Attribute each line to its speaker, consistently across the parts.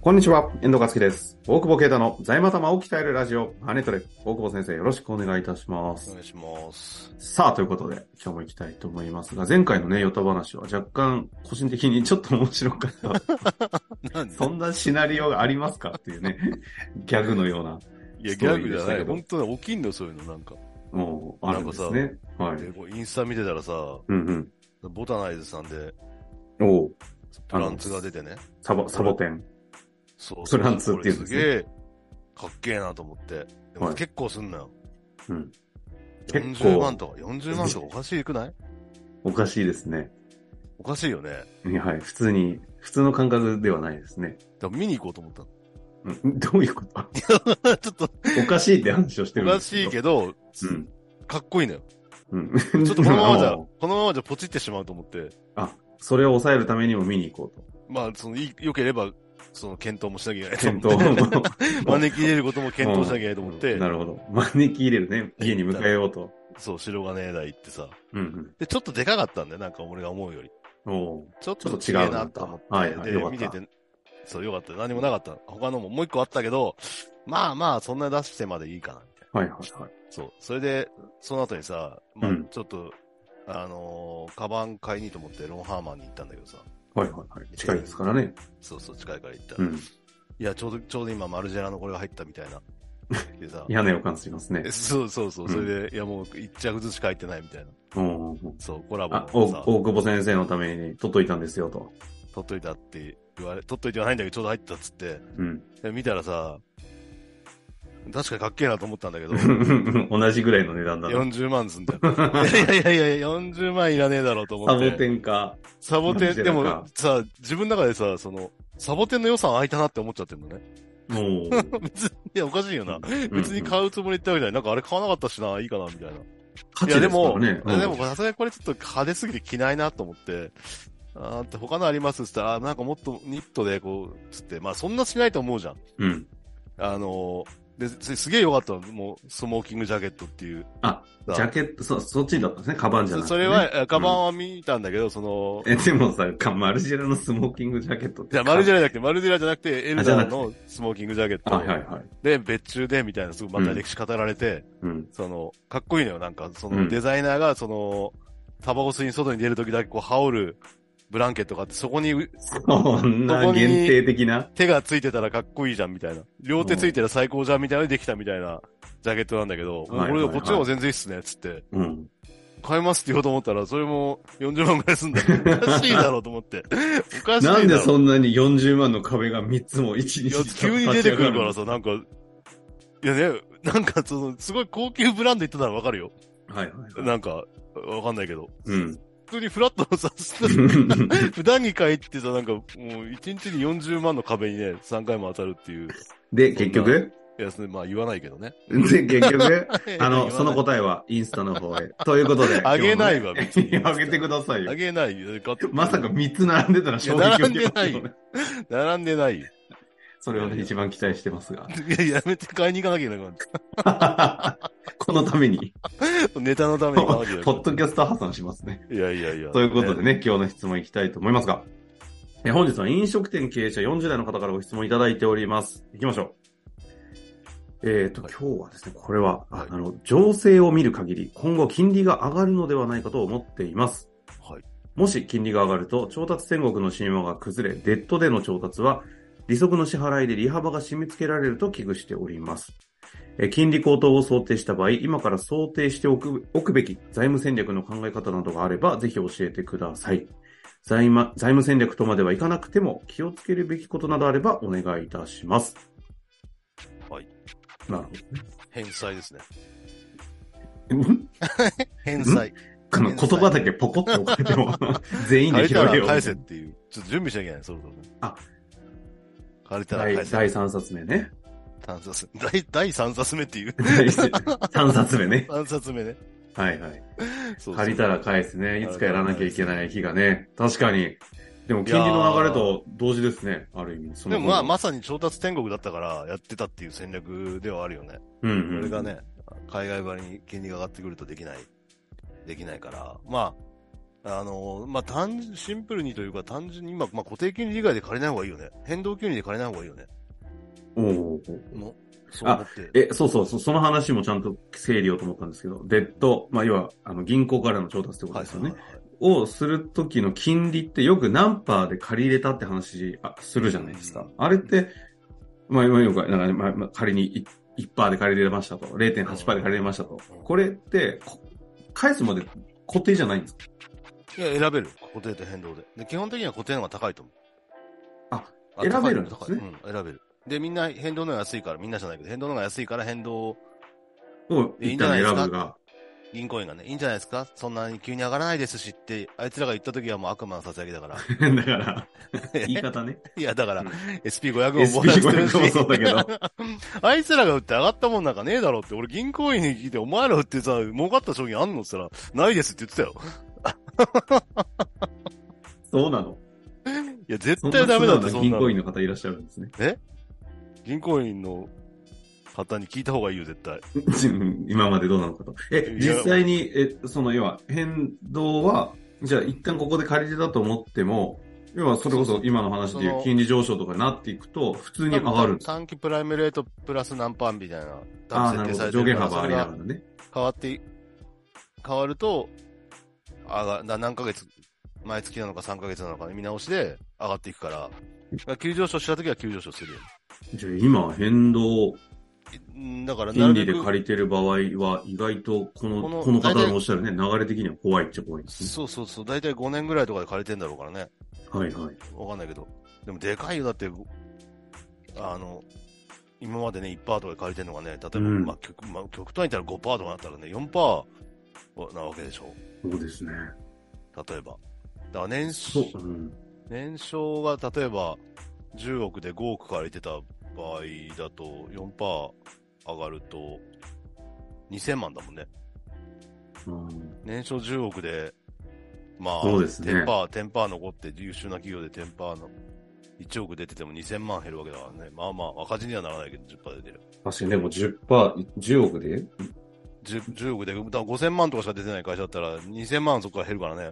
Speaker 1: こんにちは、遠藤和樹です。大久保啓太の財務頭を鍛えるラジオ、ハネトレ。大久保先生、よろしくお願いいたしま
Speaker 2: お
Speaker 1: す。
Speaker 2: 願いします。
Speaker 1: さあ、ということで、今日も行きたいと思いますが、前回のね、ヨタ話は若干、個人的にちょっと面白かった。
Speaker 2: なんで
Speaker 1: そんなシナリオがありますかっていう ね、ギャグのような、
Speaker 2: いや、
Speaker 1: スト
Speaker 2: ギ
Speaker 1: ー
Speaker 2: ャ
Speaker 1: リ
Speaker 2: グ
Speaker 1: ー
Speaker 2: じ
Speaker 1: で
Speaker 2: ゃ
Speaker 1: し
Speaker 2: な
Speaker 1: たけ
Speaker 2: い。
Speaker 1: ど
Speaker 2: 本当だ、起きんのよ、そういうの、なんか。
Speaker 1: もう、あるんですね。はい。
Speaker 2: で、こうインスタ見てたらさ、
Speaker 1: うん
Speaker 2: ボタナイズさんで、
Speaker 1: うん。おう
Speaker 2: プランツが出てね。
Speaker 1: サボ、サボテン。
Speaker 2: そう。
Speaker 1: プランツっていうんで
Speaker 2: こ
Speaker 1: す
Speaker 2: れす
Speaker 1: ね
Speaker 2: げえ、かっけえなと思って。でも
Speaker 1: はい
Speaker 2: 結構すんのよ。
Speaker 1: うん。結
Speaker 2: 40
Speaker 1: 構
Speaker 2: 万、とか、40万とかおかしいくない
Speaker 1: おかしいですね。
Speaker 2: おかしいよね。
Speaker 1: いやはい。普通に、普通の感覚ではないですね。
Speaker 2: だから見に行こうと思っ
Speaker 1: うんどういうこと
Speaker 2: た の。ちょっと、
Speaker 1: おかしいって話をして
Speaker 2: お
Speaker 1: るん
Speaker 2: か
Speaker 1: です
Speaker 2: しい
Speaker 1: けど。
Speaker 2: け
Speaker 1: う
Speaker 2: ど、
Speaker 1: ん。
Speaker 2: かっこいいのよ。
Speaker 1: うん。ち
Speaker 2: ちょっとこのままじゃ、
Speaker 1: あ
Speaker 2: このままじゃポチってしまうと思って。
Speaker 1: それを抑えるためにも見に行こうと。
Speaker 2: まあ、その、い良ければ、その、検討もしなきゃいけないと思
Speaker 1: 検
Speaker 2: って
Speaker 1: 討も。
Speaker 2: 招き入れることも 検討しなきゃいけないと思って、
Speaker 1: なるほど。招き入れるね。家に迎えようと。
Speaker 2: そう、白金台行ってさ。
Speaker 1: うん
Speaker 2: で、ちょっとでかかったんだよ、なんか俺が思うより。
Speaker 1: うん。おう
Speaker 2: ちょっ
Speaker 1: ちょ
Speaker 2: と
Speaker 1: っと
Speaker 2: 違
Speaker 1: 違
Speaker 2: う
Speaker 1: う
Speaker 2: なと思って、
Speaker 1: はいはい
Speaker 2: で
Speaker 1: よか、った
Speaker 2: 見てて、そう、よかった。何もなかった。他のももう一個あったけど、まあまあ、そんな出してまでいいかな、みた
Speaker 1: は
Speaker 2: い
Speaker 1: いはいはい。
Speaker 2: な。そう。それで、その後にさ、まあ
Speaker 1: うん、
Speaker 2: ちょっと、あのーカバン買いにと思ってロンハーマンに行ったんだけどさ、
Speaker 1: はいはいはい。近いですからね。
Speaker 2: そうそう、近いから行ったら、
Speaker 1: うん。
Speaker 2: いや、ちょうど、ちょうど今、マルジェラのこれが入ったみたいな。でさ、
Speaker 1: 屋根を感じますね
Speaker 2: え。そうそうそう、
Speaker 1: うん
Speaker 2: それで、いやもう一着ずつしか入ってないみたいな。
Speaker 1: おうおう
Speaker 2: そう、コラボ
Speaker 1: あ、
Speaker 2: を
Speaker 1: お
Speaker 2: さ、
Speaker 1: 大久保先生のために取っといたんですよと。
Speaker 2: 取っといたって言われ、取っといてはないんだけど、ちょうど入ったっつって、
Speaker 1: うん。
Speaker 2: で見たらさ、確かにかっけえなと思ったんだ けど、
Speaker 1: 同じぐらいの値段だな。
Speaker 2: 40万すんだよ。いやいやいや、40万いらねえだろうと思
Speaker 1: サ
Speaker 2: って。
Speaker 1: ボテンか。
Speaker 2: サボテ
Speaker 1: マル
Speaker 2: ン。で
Speaker 1: ジェラ
Speaker 2: も
Speaker 1: か
Speaker 2: さ、自分の中でさ、その、サボテンの予算空いたなって思っちゃってるのね。
Speaker 1: おう
Speaker 2: 別に、いや、おかしいよな。別に
Speaker 1: うん
Speaker 2: 買うつもりってわけじゃない。なんかあれ買わなかったしな、いいかな、みたいな。
Speaker 1: 価
Speaker 2: い
Speaker 1: 値
Speaker 2: や、
Speaker 1: で
Speaker 2: です
Speaker 1: か
Speaker 2: も、
Speaker 1: らね。うん
Speaker 2: でも、さすがにこれちょっと派手すぎて着ないなと思って、あーって他のありますって言ったら、あーなんかもっとニットでこう、つって、まあそんなしないと思うじゃん。
Speaker 1: うん。
Speaker 2: あのー、で、すすげえ良かったのもう、スモーキングジャケットっていう。
Speaker 1: あ、ジャケット、そ、そっちだったんですね。カバンじゃなく
Speaker 2: そ
Speaker 1: て
Speaker 2: そ
Speaker 1: ね
Speaker 2: れは、えカバンは見たんだけど、その、
Speaker 1: え、でもさ、かマルジェラのスモーキングジャケットって。
Speaker 2: じゃあマルジェ
Speaker 1: ェ
Speaker 2: ラじゃなくて、マルジェラじゃなくて、エルダーのスモーキングジャケット。
Speaker 1: はいはいはい。
Speaker 2: で、別注で、みたいな、すごいまた歴史語られて、
Speaker 1: うん。
Speaker 2: その、かっこいいのよ。なんか、そ
Speaker 1: うん
Speaker 2: の、デザイナーが、その、タバコ吸いに外に出るときだけ、こう、羽織るブランケットがあって、そこにう
Speaker 1: そんな限定的な。
Speaker 2: 手がついてたらかっこいいじゃんみたいな。両手ついてたら最高じゃんみたいなのでできたみたいなジャケットなんだけど、
Speaker 1: はいはい
Speaker 2: 俺こっちの方が全然いいっすね、つって。
Speaker 1: うん。
Speaker 2: 買いますって言おうと思ったら、それも40万くらいすんだよ。おかしいだろうと思って。おかしい
Speaker 1: な
Speaker 2: だろう。
Speaker 1: んでそんなに40万の壁が3つも1
Speaker 2: いや
Speaker 1: 日
Speaker 2: 急に出てくるからさ、なんか、いやね、なんかその、すごい高級ブランド言ってたらわかるよ。
Speaker 1: ら。はいはいはい。
Speaker 2: なんか、わかんないけど。
Speaker 1: うん。
Speaker 2: 普通にフラットさ、 普段に買いってさ、なんかもう1日に40万の壁にね、3回も当たるっていう。
Speaker 1: で、結局
Speaker 2: いや、それまあ言わないけどね。
Speaker 1: で、結 局 あ
Speaker 2: 言わな
Speaker 1: の、
Speaker 2: い
Speaker 1: その答えはインスタの方へ。ということで。
Speaker 2: あげないわ、
Speaker 1: 今
Speaker 2: 別
Speaker 1: 日のね。。
Speaker 2: に
Speaker 1: あげてください
Speaker 2: あ
Speaker 1: よ。
Speaker 2: げないよ。買って
Speaker 1: まさか3つ並んでたら衝撃を受けますよ
Speaker 2: いや並んで
Speaker 1: ね。
Speaker 2: 並んでないよ。
Speaker 1: それをね、一番期待してますが。
Speaker 2: いや、やめて買いに行かなきゃいけなくなっ
Speaker 1: このために、
Speaker 2: た。ネタのために
Speaker 1: ポ
Speaker 2: 行かなきゃい けなくな
Speaker 1: ッ
Speaker 2: った
Speaker 1: ドキャスト破産しますね。
Speaker 2: いやいやいや。
Speaker 1: ということでね、今日の質問いきたいと思いますが、え本日は飲食店経営者40代の方からご質問いただいております。いきましょう。えっ、と、
Speaker 2: はい
Speaker 1: 今日はですね、これは、あ
Speaker 2: はい
Speaker 1: あの、情勢を見る限り、今後金利が上がるのではないかと思っています。
Speaker 2: はい。
Speaker 1: もし金利が上がると、調達戦国の信用が崩れ、デッドでの調達は、利息の支払いで利幅が締め付けられると危惧しております。えー金利高騰を想定した場合、今から想定しておくおくべき財務戦略の考え方などがあれば、ぜひ教えてください。財務財務戦略とまではいかなくても、気をつけるべきことなどあればお願いいたします。
Speaker 2: はい。
Speaker 1: な る
Speaker 2: 返済ですね。
Speaker 1: ほど。ん
Speaker 2: 返済。
Speaker 1: この言葉だけポコッと置かれて も、全員
Speaker 2: 借
Speaker 1: で
Speaker 2: り
Speaker 1: 広
Speaker 2: た
Speaker 1: げ
Speaker 2: ら
Speaker 1: よう。
Speaker 2: 返せっていう。ちょっと準備しなきゃいけない、そろそろね。
Speaker 1: あ。
Speaker 2: 借りたら
Speaker 1: 第
Speaker 2: 返せ。
Speaker 1: 第3冊目ね。
Speaker 2: 三冊目。 第、第三冊目っていう。
Speaker 1: 第3冊目ね。
Speaker 2: 三冊目ね。
Speaker 1: はいはい。
Speaker 2: そうそう
Speaker 1: 借りたら返すね。いつかやらなきゃいけない日がね。確かに。でも金利の流れと同時ですね。ある意味。その
Speaker 2: でもまあ、まさに調達天国だったから、やってたっていう戦略ではあるよね。
Speaker 1: うんうん、
Speaker 2: これがね、海外張りに金利が上がってくるとできない、できないから、まあ、あの、まあ、単純、シンプルにというか、単純に今、まあ、固定金利以外で借りない方がいいよね。変動金利で借りない方がいいよね。
Speaker 1: おお。
Speaker 2: もう、そう思って。
Speaker 1: え、そうそうそう、その話もちゃんと整理をと思ったんですけど、デッド、まあ、要は、あの、銀行からの調達ってことですよね。
Speaker 2: はい
Speaker 1: をするときの金利ってよく何パーで借り入れたって話あするじゃないです
Speaker 2: う
Speaker 1: か
Speaker 2: ん。
Speaker 1: あれって、まあ今よく、なんかまあまあ、仮にい1%で借り入れましたと、0.8%で借り入れましたと
Speaker 2: うん。
Speaker 1: これって、こ返すまで固定じゃないんですか
Speaker 2: はいはいいや、選べる。固定と変動で。で、基本的には固定の方が高いと思う。
Speaker 1: あ、
Speaker 2: 高い
Speaker 1: 選べるんですね
Speaker 2: 高いうん、選べる。で、みんな変動の方が安いから、みんなじゃないけど、変動の方が安いから変動を
Speaker 1: を
Speaker 2: いい
Speaker 1: 一
Speaker 2: んじゃ
Speaker 1: 旦
Speaker 2: ないです
Speaker 1: 選
Speaker 2: か
Speaker 1: ぶが、
Speaker 2: 銀行員がね、いいんじゃないですかそんなに急に上がらないですしって、あいつらが言った時はもう悪魔のささやき だから。
Speaker 1: だ から、言い方ね。
Speaker 2: いや、だから、
Speaker 1: うん
Speaker 2: SP500 もボーナスしてる
Speaker 1: SP500 も
Speaker 2: し
Speaker 1: そうだけど。
Speaker 2: あいつらが売って上がったもんなんかねえだろって、俺銀行員に聞いて、お前ら売ってさ、儲かった商品あんのって言ったら、ないですって言ってたよ。
Speaker 1: そうなの。
Speaker 2: いや、絶
Speaker 1: そん
Speaker 2: 対
Speaker 1: な
Speaker 2: ダメだって、
Speaker 1: 素
Speaker 2: そ
Speaker 1: 直
Speaker 2: ん
Speaker 1: な銀
Speaker 2: な
Speaker 1: 行
Speaker 2: の。
Speaker 1: 員の方いらっしゃるんですね。
Speaker 2: 銀行員の方に聞いた方がいいよ、絶対。
Speaker 1: うん今までどうなのかと。え、
Speaker 2: いや
Speaker 1: 実際に、え、その、要は、変動は、じゃあ一旦ここで借りてたと思っても、要はそれこそ今の話でい
Speaker 2: そうの
Speaker 1: 金利上昇とかになっていくと、普通に上がるんです
Speaker 2: 短期プライムレートプラス何パーみたいな、
Speaker 1: ああー、なるほど。上
Speaker 2: る
Speaker 1: 限
Speaker 2: から
Speaker 1: 幅あ
Speaker 2: そ
Speaker 1: り
Speaker 2: れ
Speaker 1: な
Speaker 2: が
Speaker 1: がらね。
Speaker 2: 変わって、変わると、上が、だ何ヶ月、毎月なのか3ヶ月なのかね、見直しで上がっていくから、だから急上昇したときは急上昇するよ。
Speaker 1: じゃあ今、変動、
Speaker 2: うんだから、な
Speaker 1: 金
Speaker 2: る
Speaker 1: 利
Speaker 2: べ
Speaker 1: で
Speaker 2: く、
Speaker 1: 借りてる場合は、意外と、この、こ
Speaker 2: こ
Speaker 1: の
Speaker 2: の
Speaker 1: 方のおっしゃるね、流れ的には怖いっちゃ怖いですね。
Speaker 2: そうそうそう、だいたい5年ぐらいとかで借りてんだろうからね。
Speaker 1: はいはい。
Speaker 2: わかんないけど。でも、でかいよ、だって、ごあの、今までね、1%とかで借りてんのがね、例えば、
Speaker 1: うん
Speaker 2: まあ、極まあ、極端に言ったら5%とかなったらね、4%なわけでしょ。
Speaker 1: そうですね。
Speaker 2: 例えば。だから年
Speaker 1: そう
Speaker 2: 収、。
Speaker 1: うん。
Speaker 2: 年商が例えば10億で5億借りてた場合だと4%上がると2000万だもんね。
Speaker 1: うん
Speaker 2: 年商10億で、まあ、
Speaker 1: そうですね
Speaker 2: 10%、10%残って優秀な企業で10%の1億出てても2000万減るわけだからね。まあまあ赤字にはならないけど10%出てる。
Speaker 1: 確かにでも10%、10億で
Speaker 2: 10, 10億で、だから5000万とかしか出てない会社だったら2000万そこから減るからね。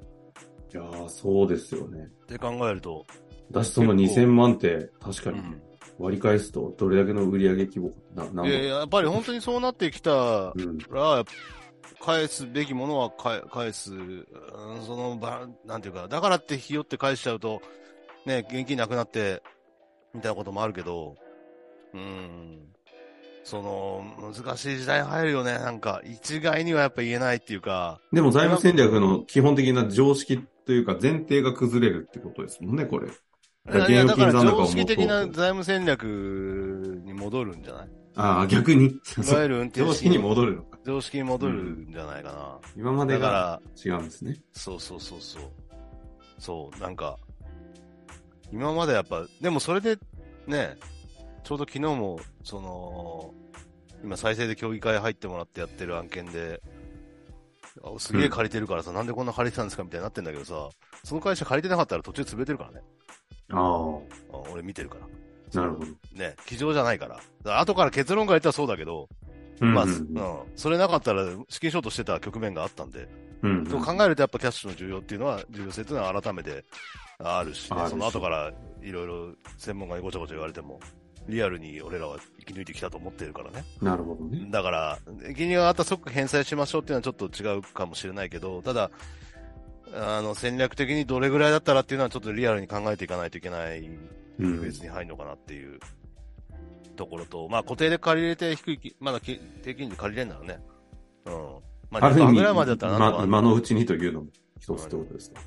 Speaker 1: いやーそうですよね。
Speaker 2: って考えると、
Speaker 1: だし、その2000万って、確か
Speaker 2: う
Speaker 1: に、
Speaker 2: ん。
Speaker 1: 割り返すと、どれだけの売上規模な、なん
Speaker 2: いやいややっぱり本当にそうなってきた
Speaker 1: うん。
Speaker 2: ら、返すべきものは返返す、うんそのば、なんていうか、だからってひよって返しちゃうと、ね、現金なくなって、みたいなこともあるけど、うん、その、難しい時代に入るよね、なんか、一概にはやっぱ言えないっていうか、
Speaker 1: でも財務戦略の基本的な常識というか前提が崩れるってことですもんね、これ。だから
Speaker 2: いや
Speaker 1: 現
Speaker 2: だ
Speaker 1: 預金
Speaker 2: から
Speaker 1: 残高を
Speaker 2: 常
Speaker 1: も
Speaker 2: 識
Speaker 1: う
Speaker 2: 的な
Speaker 1: と
Speaker 2: 財務戦略に戻るんじゃない
Speaker 1: ああ、逆に。
Speaker 2: いわゆる運転
Speaker 1: 常識に戻るのか。
Speaker 2: 常識に戻るんじゃないかな。
Speaker 1: 今まで
Speaker 2: だか
Speaker 1: が
Speaker 2: ら、
Speaker 1: 違うんですね。
Speaker 2: そうそうそうそう。そう、なんか、今までやっぱ、でもそれで、ね、ちょうど昨日も、その、今再生で協議会入ってもらってやってる案件で、あすげえ借りてるからさ、なんでこんな借りてたんですかみたいになってんだけどさ、その会社借りてなかったら途中潰れてるからね。
Speaker 1: ああ、
Speaker 2: あ俺見てるから。
Speaker 1: なるほど。
Speaker 2: ね、気丈じゃないから。だから後から結論から言ったらそうだけど、
Speaker 1: うん
Speaker 2: まあ、
Speaker 1: う
Speaker 2: うんん、それなかったら資金ショートしてた局面があったんで、
Speaker 1: うんうん
Speaker 2: でも考えるとやっぱキャッシュの重要っていうのは、重要性っていうのは改めてあるしね、
Speaker 1: あるし
Speaker 2: その後からいろいろ専門家にごちゃごちゃ言われても、リアルに俺らは生き抜いてきたと思ってるからね。
Speaker 1: なるほどね。
Speaker 2: だから、金利が上がったら即返済しましょうっていうのはちょっと違うかもしれないけど、ただ、あの、戦略的にどれぐらいだったらっていうのはちょっとリアルに考えていかないといけない
Speaker 1: う
Speaker 2: フェー
Speaker 1: ん
Speaker 2: ズ。に入るのかなっていうところと、まあ固定で借りれて低いき、まだき低金利で借りれるならね。うん。まあ2%ぐらいまでだったらなんと
Speaker 1: ま
Speaker 2: か
Speaker 1: 今のうちにというのも一つってことですね。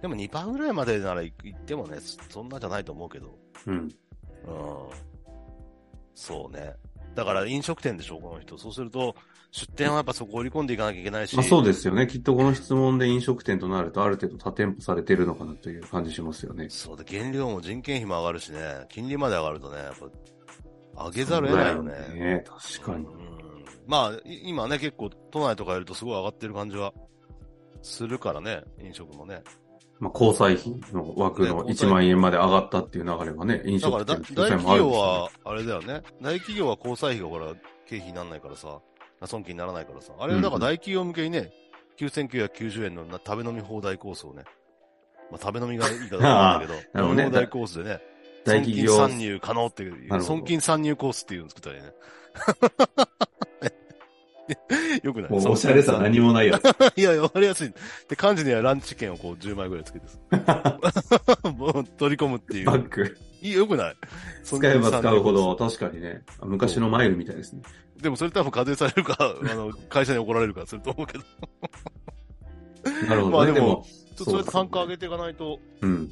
Speaker 2: でも2%ぐらいまでなら行ってもね、そそんなじゃないと思うけど。
Speaker 1: うん。
Speaker 2: うん。そうね。だから飲食店でしょ、この人。そうすると、出店はやっぱそこ織り込んでいかなきゃいけないし。
Speaker 1: まあそう
Speaker 2: で
Speaker 1: ですよね。きっとこの質問で飲食店となるとある程度多店舗されてるのかなという感じしますよね。
Speaker 2: そうだ、原料も人件費も上がるしね、金利まで上がるとね、やっぱ、上げざるを得ないよね。
Speaker 1: そうだよね確かに
Speaker 2: う。ん。まあ、い今ね、結構都内とかいるとすごい上がってる感じはするからね、飲食もね。
Speaker 1: まあ、交際費の枠の
Speaker 2: ね
Speaker 1: 1万円まで上がったっていう流れがね、飲
Speaker 2: だか
Speaker 1: 食
Speaker 2: ら
Speaker 1: 店
Speaker 2: だ、
Speaker 1: の人
Speaker 2: 大
Speaker 1: もあるんですよ
Speaker 2: 企業
Speaker 1: ね
Speaker 2: は、あれだよね。大企業は交際費がほら、経費にならないからさ、損金にならないからさ。あれ、だから大企業向けにね、 9990円のな食べ飲み放題コースをね、まあ、食べ飲みがいいかどうかわかんないけ
Speaker 1: あーな
Speaker 2: ど、
Speaker 1: るほどね
Speaker 2: 食べ放題コースでね、
Speaker 1: 大
Speaker 2: 損
Speaker 1: 企
Speaker 2: 金
Speaker 1: 業。
Speaker 2: 参入可能ってい
Speaker 1: な
Speaker 2: う、
Speaker 1: るほど
Speaker 2: 損金参入コースっていうのを作ったらいいね。 よくない
Speaker 1: もうおしゃれさ何もないやつ。
Speaker 2: いやいや、わかりやすい。で、漢字にはランチ券をこう10枚ぐらいつけて さ もう取り込むってい
Speaker 1: バ
Speaker 2: う。
Speaker 1: ッグ。
Speaker 2: いいよくない
Speaker 1: 使えば使うほ。ど、確かにね、昔のマイルみたいですね。
Speaker 2: でもそれ多分課税されるか、あの、会社に怒られるかすると思 うけど。
Speaker 1: なるほ
Speaker 2: ま
Speaker 1: ど
Speaker 2: あ
Speaker 1: ね。で
Speaker 2: でも
Speaker 1: も、
Speaker 2: ちょっとそうやって単価上げていかないと、
Speaker 1: うん。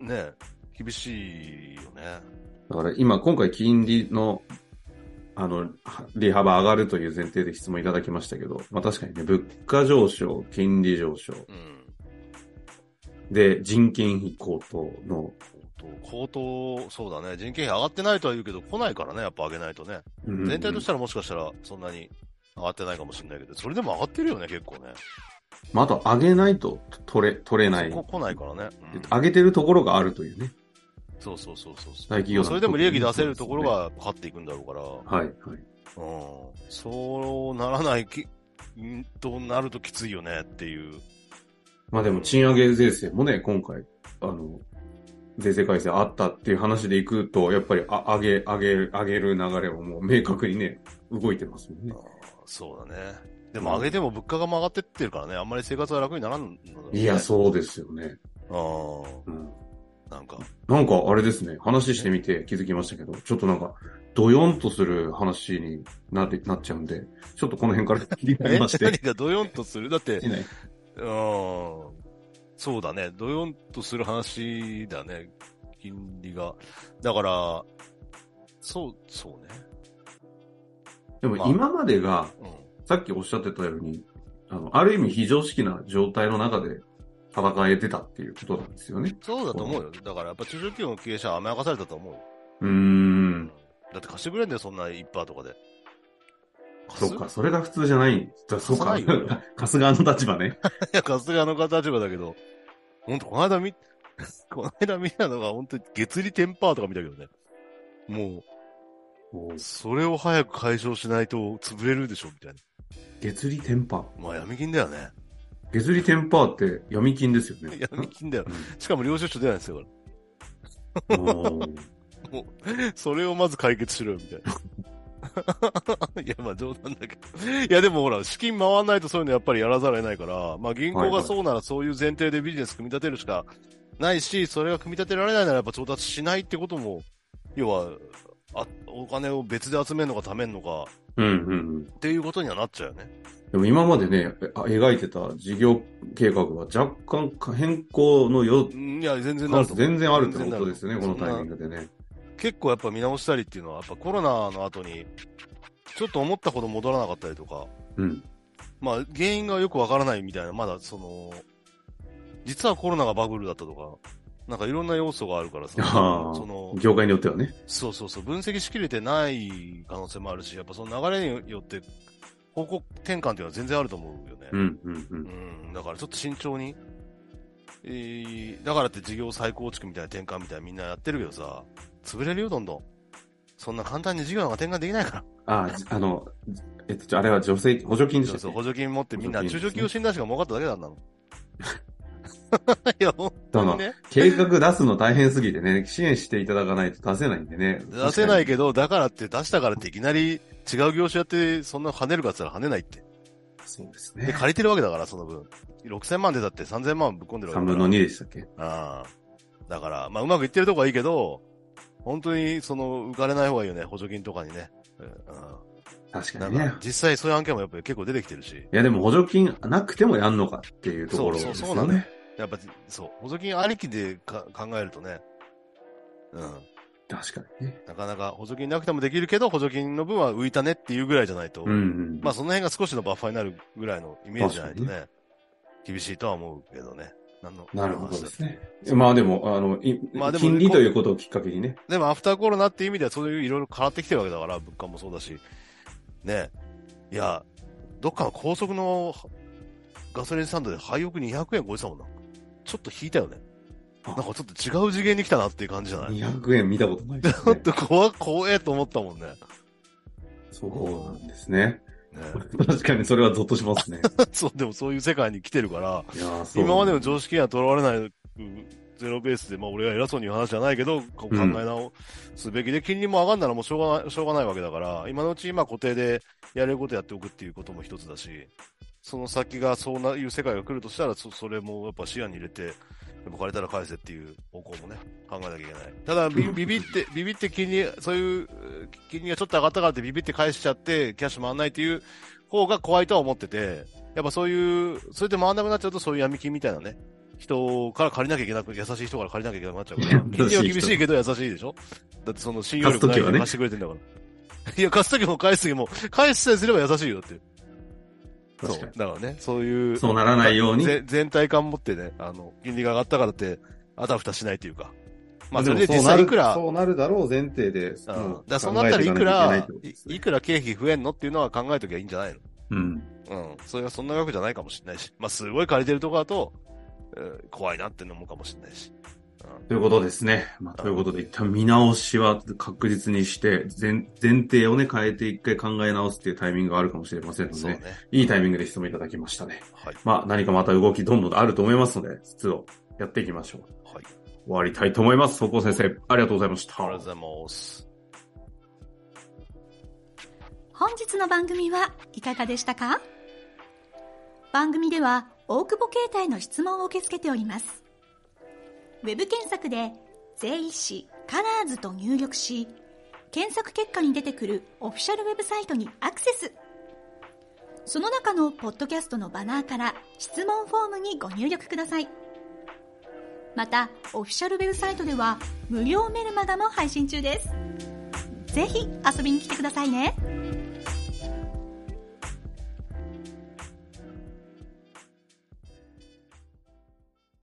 Speaker 2: ね、厳しいよね。
Speaker 1: だから今、今回金利の、あの、利幅上がるという前提で質問いただきましたけど、まあ確かにね、物価上昇、金利上昇、
Speaker 2: うん。
Speaker 1: で、人件費高騰の、
Speaker 2: 高騰、そうだね。人件費上がってないとは言うけど、来ないからね、やっぱ上げないとね。
Speaker 1: うん
Speaker 2: 全体としたらもしかしたらそんなに上がってないかもしれないけど、それでも上がってるよね、結構ね。
Speaker 1: まあ、あと上げないと取れ、取れない。
Speaker 2: そこ来ないからね。うん
Speaker 1: 上げてるところがあるというね。
Speaker 2: そうそうそうそうそう。
Speaker 1: 大企業
Speaker 2: それでも利益出せるところが勝っていくんだろうから、
Speaker 1: はい、はい。
Speaker 2: うん、そうならないき、んとなるときついよねっていう。
Speaker 1: まあでも賃上げ税制もね、今回、あの、税制改正あったっていう話でいくと、やっぱりあ上げ、上げ、上げる流れはもう明確にね、動いてますもんね
Speaker 2: あー。そうだね。でも上げても物価が曲がってってるからね、あんまり生活は楽にならんのだろうね
Speaker 1: いや、そうですよね。
Speaker 2: う
Speaker 1: うん。
Speaker 2: ん。なんか、
Speaker 1: なんかあれですね、話してみて気づきましたけど、ちょっとなんか、ドヨンとする話になって、なっちゃうんで、ちょっとこの辺 から切り替え
Speaker 2: え
Speaker 1: まし
Speaker 2: 何
Speaker 1: て。
Speaker 2: がドヨンとするだって、
Speaker 1: いない
Speaker 2: うん。そうだね。ドヨンとする話だね。金利が。だから、そう、そうね。
Speaker 1: でも今までが、さっきおっしゃってたように、あの、ある意味非常識な状態の中で戦えてたっていうことなんですよね
Speaker 2: うん。。そうだと思うよ。だからやっぱ中小企業の経営者は甘やかされたと思うよ。
Speaker 1: うーん。
Speaker 2: だって貸してくれんだよ、そんな1%とかで。
Speaker 1: そっか、それが普通じゃない。だそう か
Speaker 2: 貸さないよ。
Speaker 1: 春日の立場ね。
Speaker 2: いや、春日の方立場だけど、ほんと、この間見、 この間見たのが、ほんと、月利10%とか見たけどね。もう、それを早く解消しないと潰れるでしょ、みたいな。
Speaker 1: 月利天パ
Speaker 2: まあ、闇金だよね。
Speaker 1: 月利天パって闇金ですよね。
Speaker 2: 闇金だよ。しかも領収書出ないんですよ、
Speaker 1: うんおー
Speaker 2: それをまず解決しろよ、みたいな。い や、まあ冗談だけど。いや、でもほら、資金回んないとそういうのやっぱりやらざるを得ないから、まあ銀
Speaker 1: は
Speaker 2: 行
Speaker 1: いはい
Speaker 2: がそうならそういう前提でビジネス組み立てるしかないし、それが組み立てられないならやっぱ調達しないってことも、要は、あお金を別で集めるのか貯めるのか
Speaker 1: うんうんうん。
Speaker 2: っていうことにはなっちゃうよね。
Speaker 1: でも今までね、えあ描いてた事業計画は若干変更のよ、
Speaker 2: うんいや、全然なると思う
Speaker 1: 全然あるってことですよね、この
Speaker 2: 全然
Speaker 1: タ
Speaker 2: な
Speaker 1: イ
Speaker 2: る
Speaker 1: ミングでね。
Speaker 2: 結構やっぱ見直したりっていうのは、やっぱコロナの後に、ちょっと思ったほど戻らなかったりとか、
Speaker 1: うん。
Speaker 2: まあ、原因がよくわからないみたいな、まだその、実はコロナがバブルだったとか、なんかいろんな要素があるからさ、
Speaker 1: あ
Speaker 2: その
Speaker 1: あ、、業界によってはね。
Speaker 2: そうそうそう、分析しきれてない可能性もあるし、やっぱその流れによって、方向転換っていうのは全然あると思うよね。
Speaker 1: うんうんうん。
Speaker 2: うん、だからちょっと慎重に、えー、だからって事業再構築みたいな転換みたいなみんなやってるけどさ、潰れるよ、どんどん。そんな簡単に事業が転換できないから。
Speaker 1: ああ、じあの、じえっと、あれは助成、補助金でし た
Speaker 2: そ
Speaker 1: っけ
Speaker 2: うそう、補助金持ってみんな、
Speaker 1: 補
Speaker 2: 中
Speaker 1: 助金で
Speaker 2: 小
Speaker 1: すね
Speaker 2: 企業診断士が儲かっただけなんだもん。 いや、本当にね。
Speaker 1: 計画出すの大変すぎてね、支援していただかないと出せないんでね。
Speaker 2: 出せない
Speaker 1: 確
Speaker 2: けど、だからって出したからっていきなり違う業種やって、そんな跳ねるかって言ったら跳ねないって。
Speaker 1: かに。そうです
Speaker 2: で、
Speaker 1: ね。
Speaker 2: 借りてるわけだから、その分。6000万でだって3000万ぶっ込んでるわ
Speaker 1: 3
Speaker 2: けだ
Speaker 1: 分
Speaker 2: か
Speaker 1: の
Speaker 2: ら。
Speaker 1: 2でしたっけ
Speaker 2: ああ。だから、まあ、うまくいってるとこはいいけど、本当に、その、浮かれない方がいいよね、補助金とかにね。うん
Speaker 1: 確
Speaker 2: な
Speaker 1: か
Speaker 2: ん
Speaker 1: にね
Speaker 2: か。、実際そういう案件もやっぱり結構出てきてるし。
Speaker 1: いやでも補助金なくてもやんのかっていうところです
Speaker 2: そ
Speaker 1: よね。
Speaker 2: うそうそうなんだよやっぱ、そう、補助金ありきでか考えるとね。うん。
Speaker 1: 確かにね。
Speaker 2: なかなか補助金なくてもできるけど、補助金の分は浮いたねっていうぐらいじゃないと、
Speaker 1: うんうん。
Speaker 2: まあその辺が少しのバッファーになるぐらいのイメージじゃないとね、厳しいとは思うけどね。なんの
Speaker 1: なるほどです。
Speaker 2: なんの話
Speaker 1: ね。まあでも、あの、い
Speaker 2: まあでも
Speaker 1: 金利ということをきっかけにね。
Speaker 2: だでもアフターコロナっていう意味ではそういういろいろ変わってきてるわけだから、物価もそうだし、ね、いや、どっかの高速のガソリンスタンドで廃屋200円超えてたもんな。ちょっと引いたよね。
Speaker 1: あ
Speaker 2: なんかちょっと違う次元に来たなっていう感じじゃない
Speaker 1: 200円見たことないです
Speaker 2: ちょ
Speaker 1: ね
Speaker 2: っと怖、怖えと思ったもんね。
Speaker 1: そうなんですね。 確かにそれはゾッとしますね。
Speaker 2: そう、でもそういう世界に来てるから、
Speaker 1: いやーそう
Speaker 2: 今までの常識にはとらわれない、うんゼロベースで、まあ俺が偉そうに言う話じゃないけど、こう考え直すべきで、金利も上がんならもうしょうがない、しょうがないわけだから、今のうち今固定でやれることやっておくっていうことも一つだし、その先がそうないう世界が来るとしたら、そそれもやっぱ視野に入れて、やっぱ借りたら返せっていう方向もね、考えなきゃいけない。ただ、 ビビビって、ビビって金利、そういうえー金利がちょっと上がったからってビビって返しちゃって、キャッシュ回んないっていう方が怖いとは思ってて、やっぱそういう、それで回んなくなっちゃうとそういう闇金みたいなね、人から借りなきゃいけなく、優しい人から借りなきゃいけなくなっちゃうか ら、金
Speaker 1: 優しい
Speaker 2: 利
Speaker 1: 人
Speaker 2: は厳しいけど優しいでしょだってその信用力ない人に貸してくれてんだから。 いや、貸すときも返すときも、返しさえすれば優しいよって。そ
Speaker 1: 確か
Speaker 2: う。だ
Speaker 1: に
Speaker 2: からね、そういう。
Speaker 1: そうならないように。
Speaker 2: ぜ全体感持ってね、あの、金利が上がったからって、あたふたしないというか。まあ、
Speaker 1: で
Speaker 2: そ
Speaker 1: も
Speaker 2: れで実
Speaker 1: うな
Speaker 2: 際
Speaker 1: る
Speaker 2: いくら、
Speaker 1: そうなるだろう前提で。
Speaker 2: うん
Speaker 1: も
Speaker 2: だからそうなったらいく
Speaker 1: 考え
Speaker 2: ら
Speaker 1: てかなきゃいけないってことです
Speaker 2: い、
Speaker 1: ね
Speaker 2: いくら経費増えんのっていうのは考えときゃいいんじゃないの
Speaker 1: うん。
Speaker 2: うん。それはそんな額じゃないかもしれないし。まあ、すごい借りてるとこだと、えー怖いなってのもかもしれないし。
Speaker 1: ということですね。まあ、ということで、一旦見直しは確実にして、前前提をね、変えて一回考え直すっていうタイミングがあるかもしれませんの
Speaker 2: そう
Speaker 1: で、
Speaker 2: ね。
Speaker 1: いいタイミングで質問いただきましたね。
Speaker 2: はい。
Speaker 1: まあ、何かまた動きどんどんあると思いますので、質をやっていきましょう。
Speaker 2: はい。
Speaker 1: 終わりたいと思います。そこ先生、ありがとうございました。
Speaker 2: ありがとうございます。
Speaker 3: 本日の番組はいかがでしたか番組では大久保携帯の質問を受け付けております。ウェブ検索で税理士カラーズと入力し、検索結果に出てくるオフィシャルウェブサイトにアクセス。その中のポッドキャストのバナーから質問フォームにご入力ください。また、オフィシャルウェブサイトでは無料メルマガも配信中です。ぜひ遊びに来てくださいね。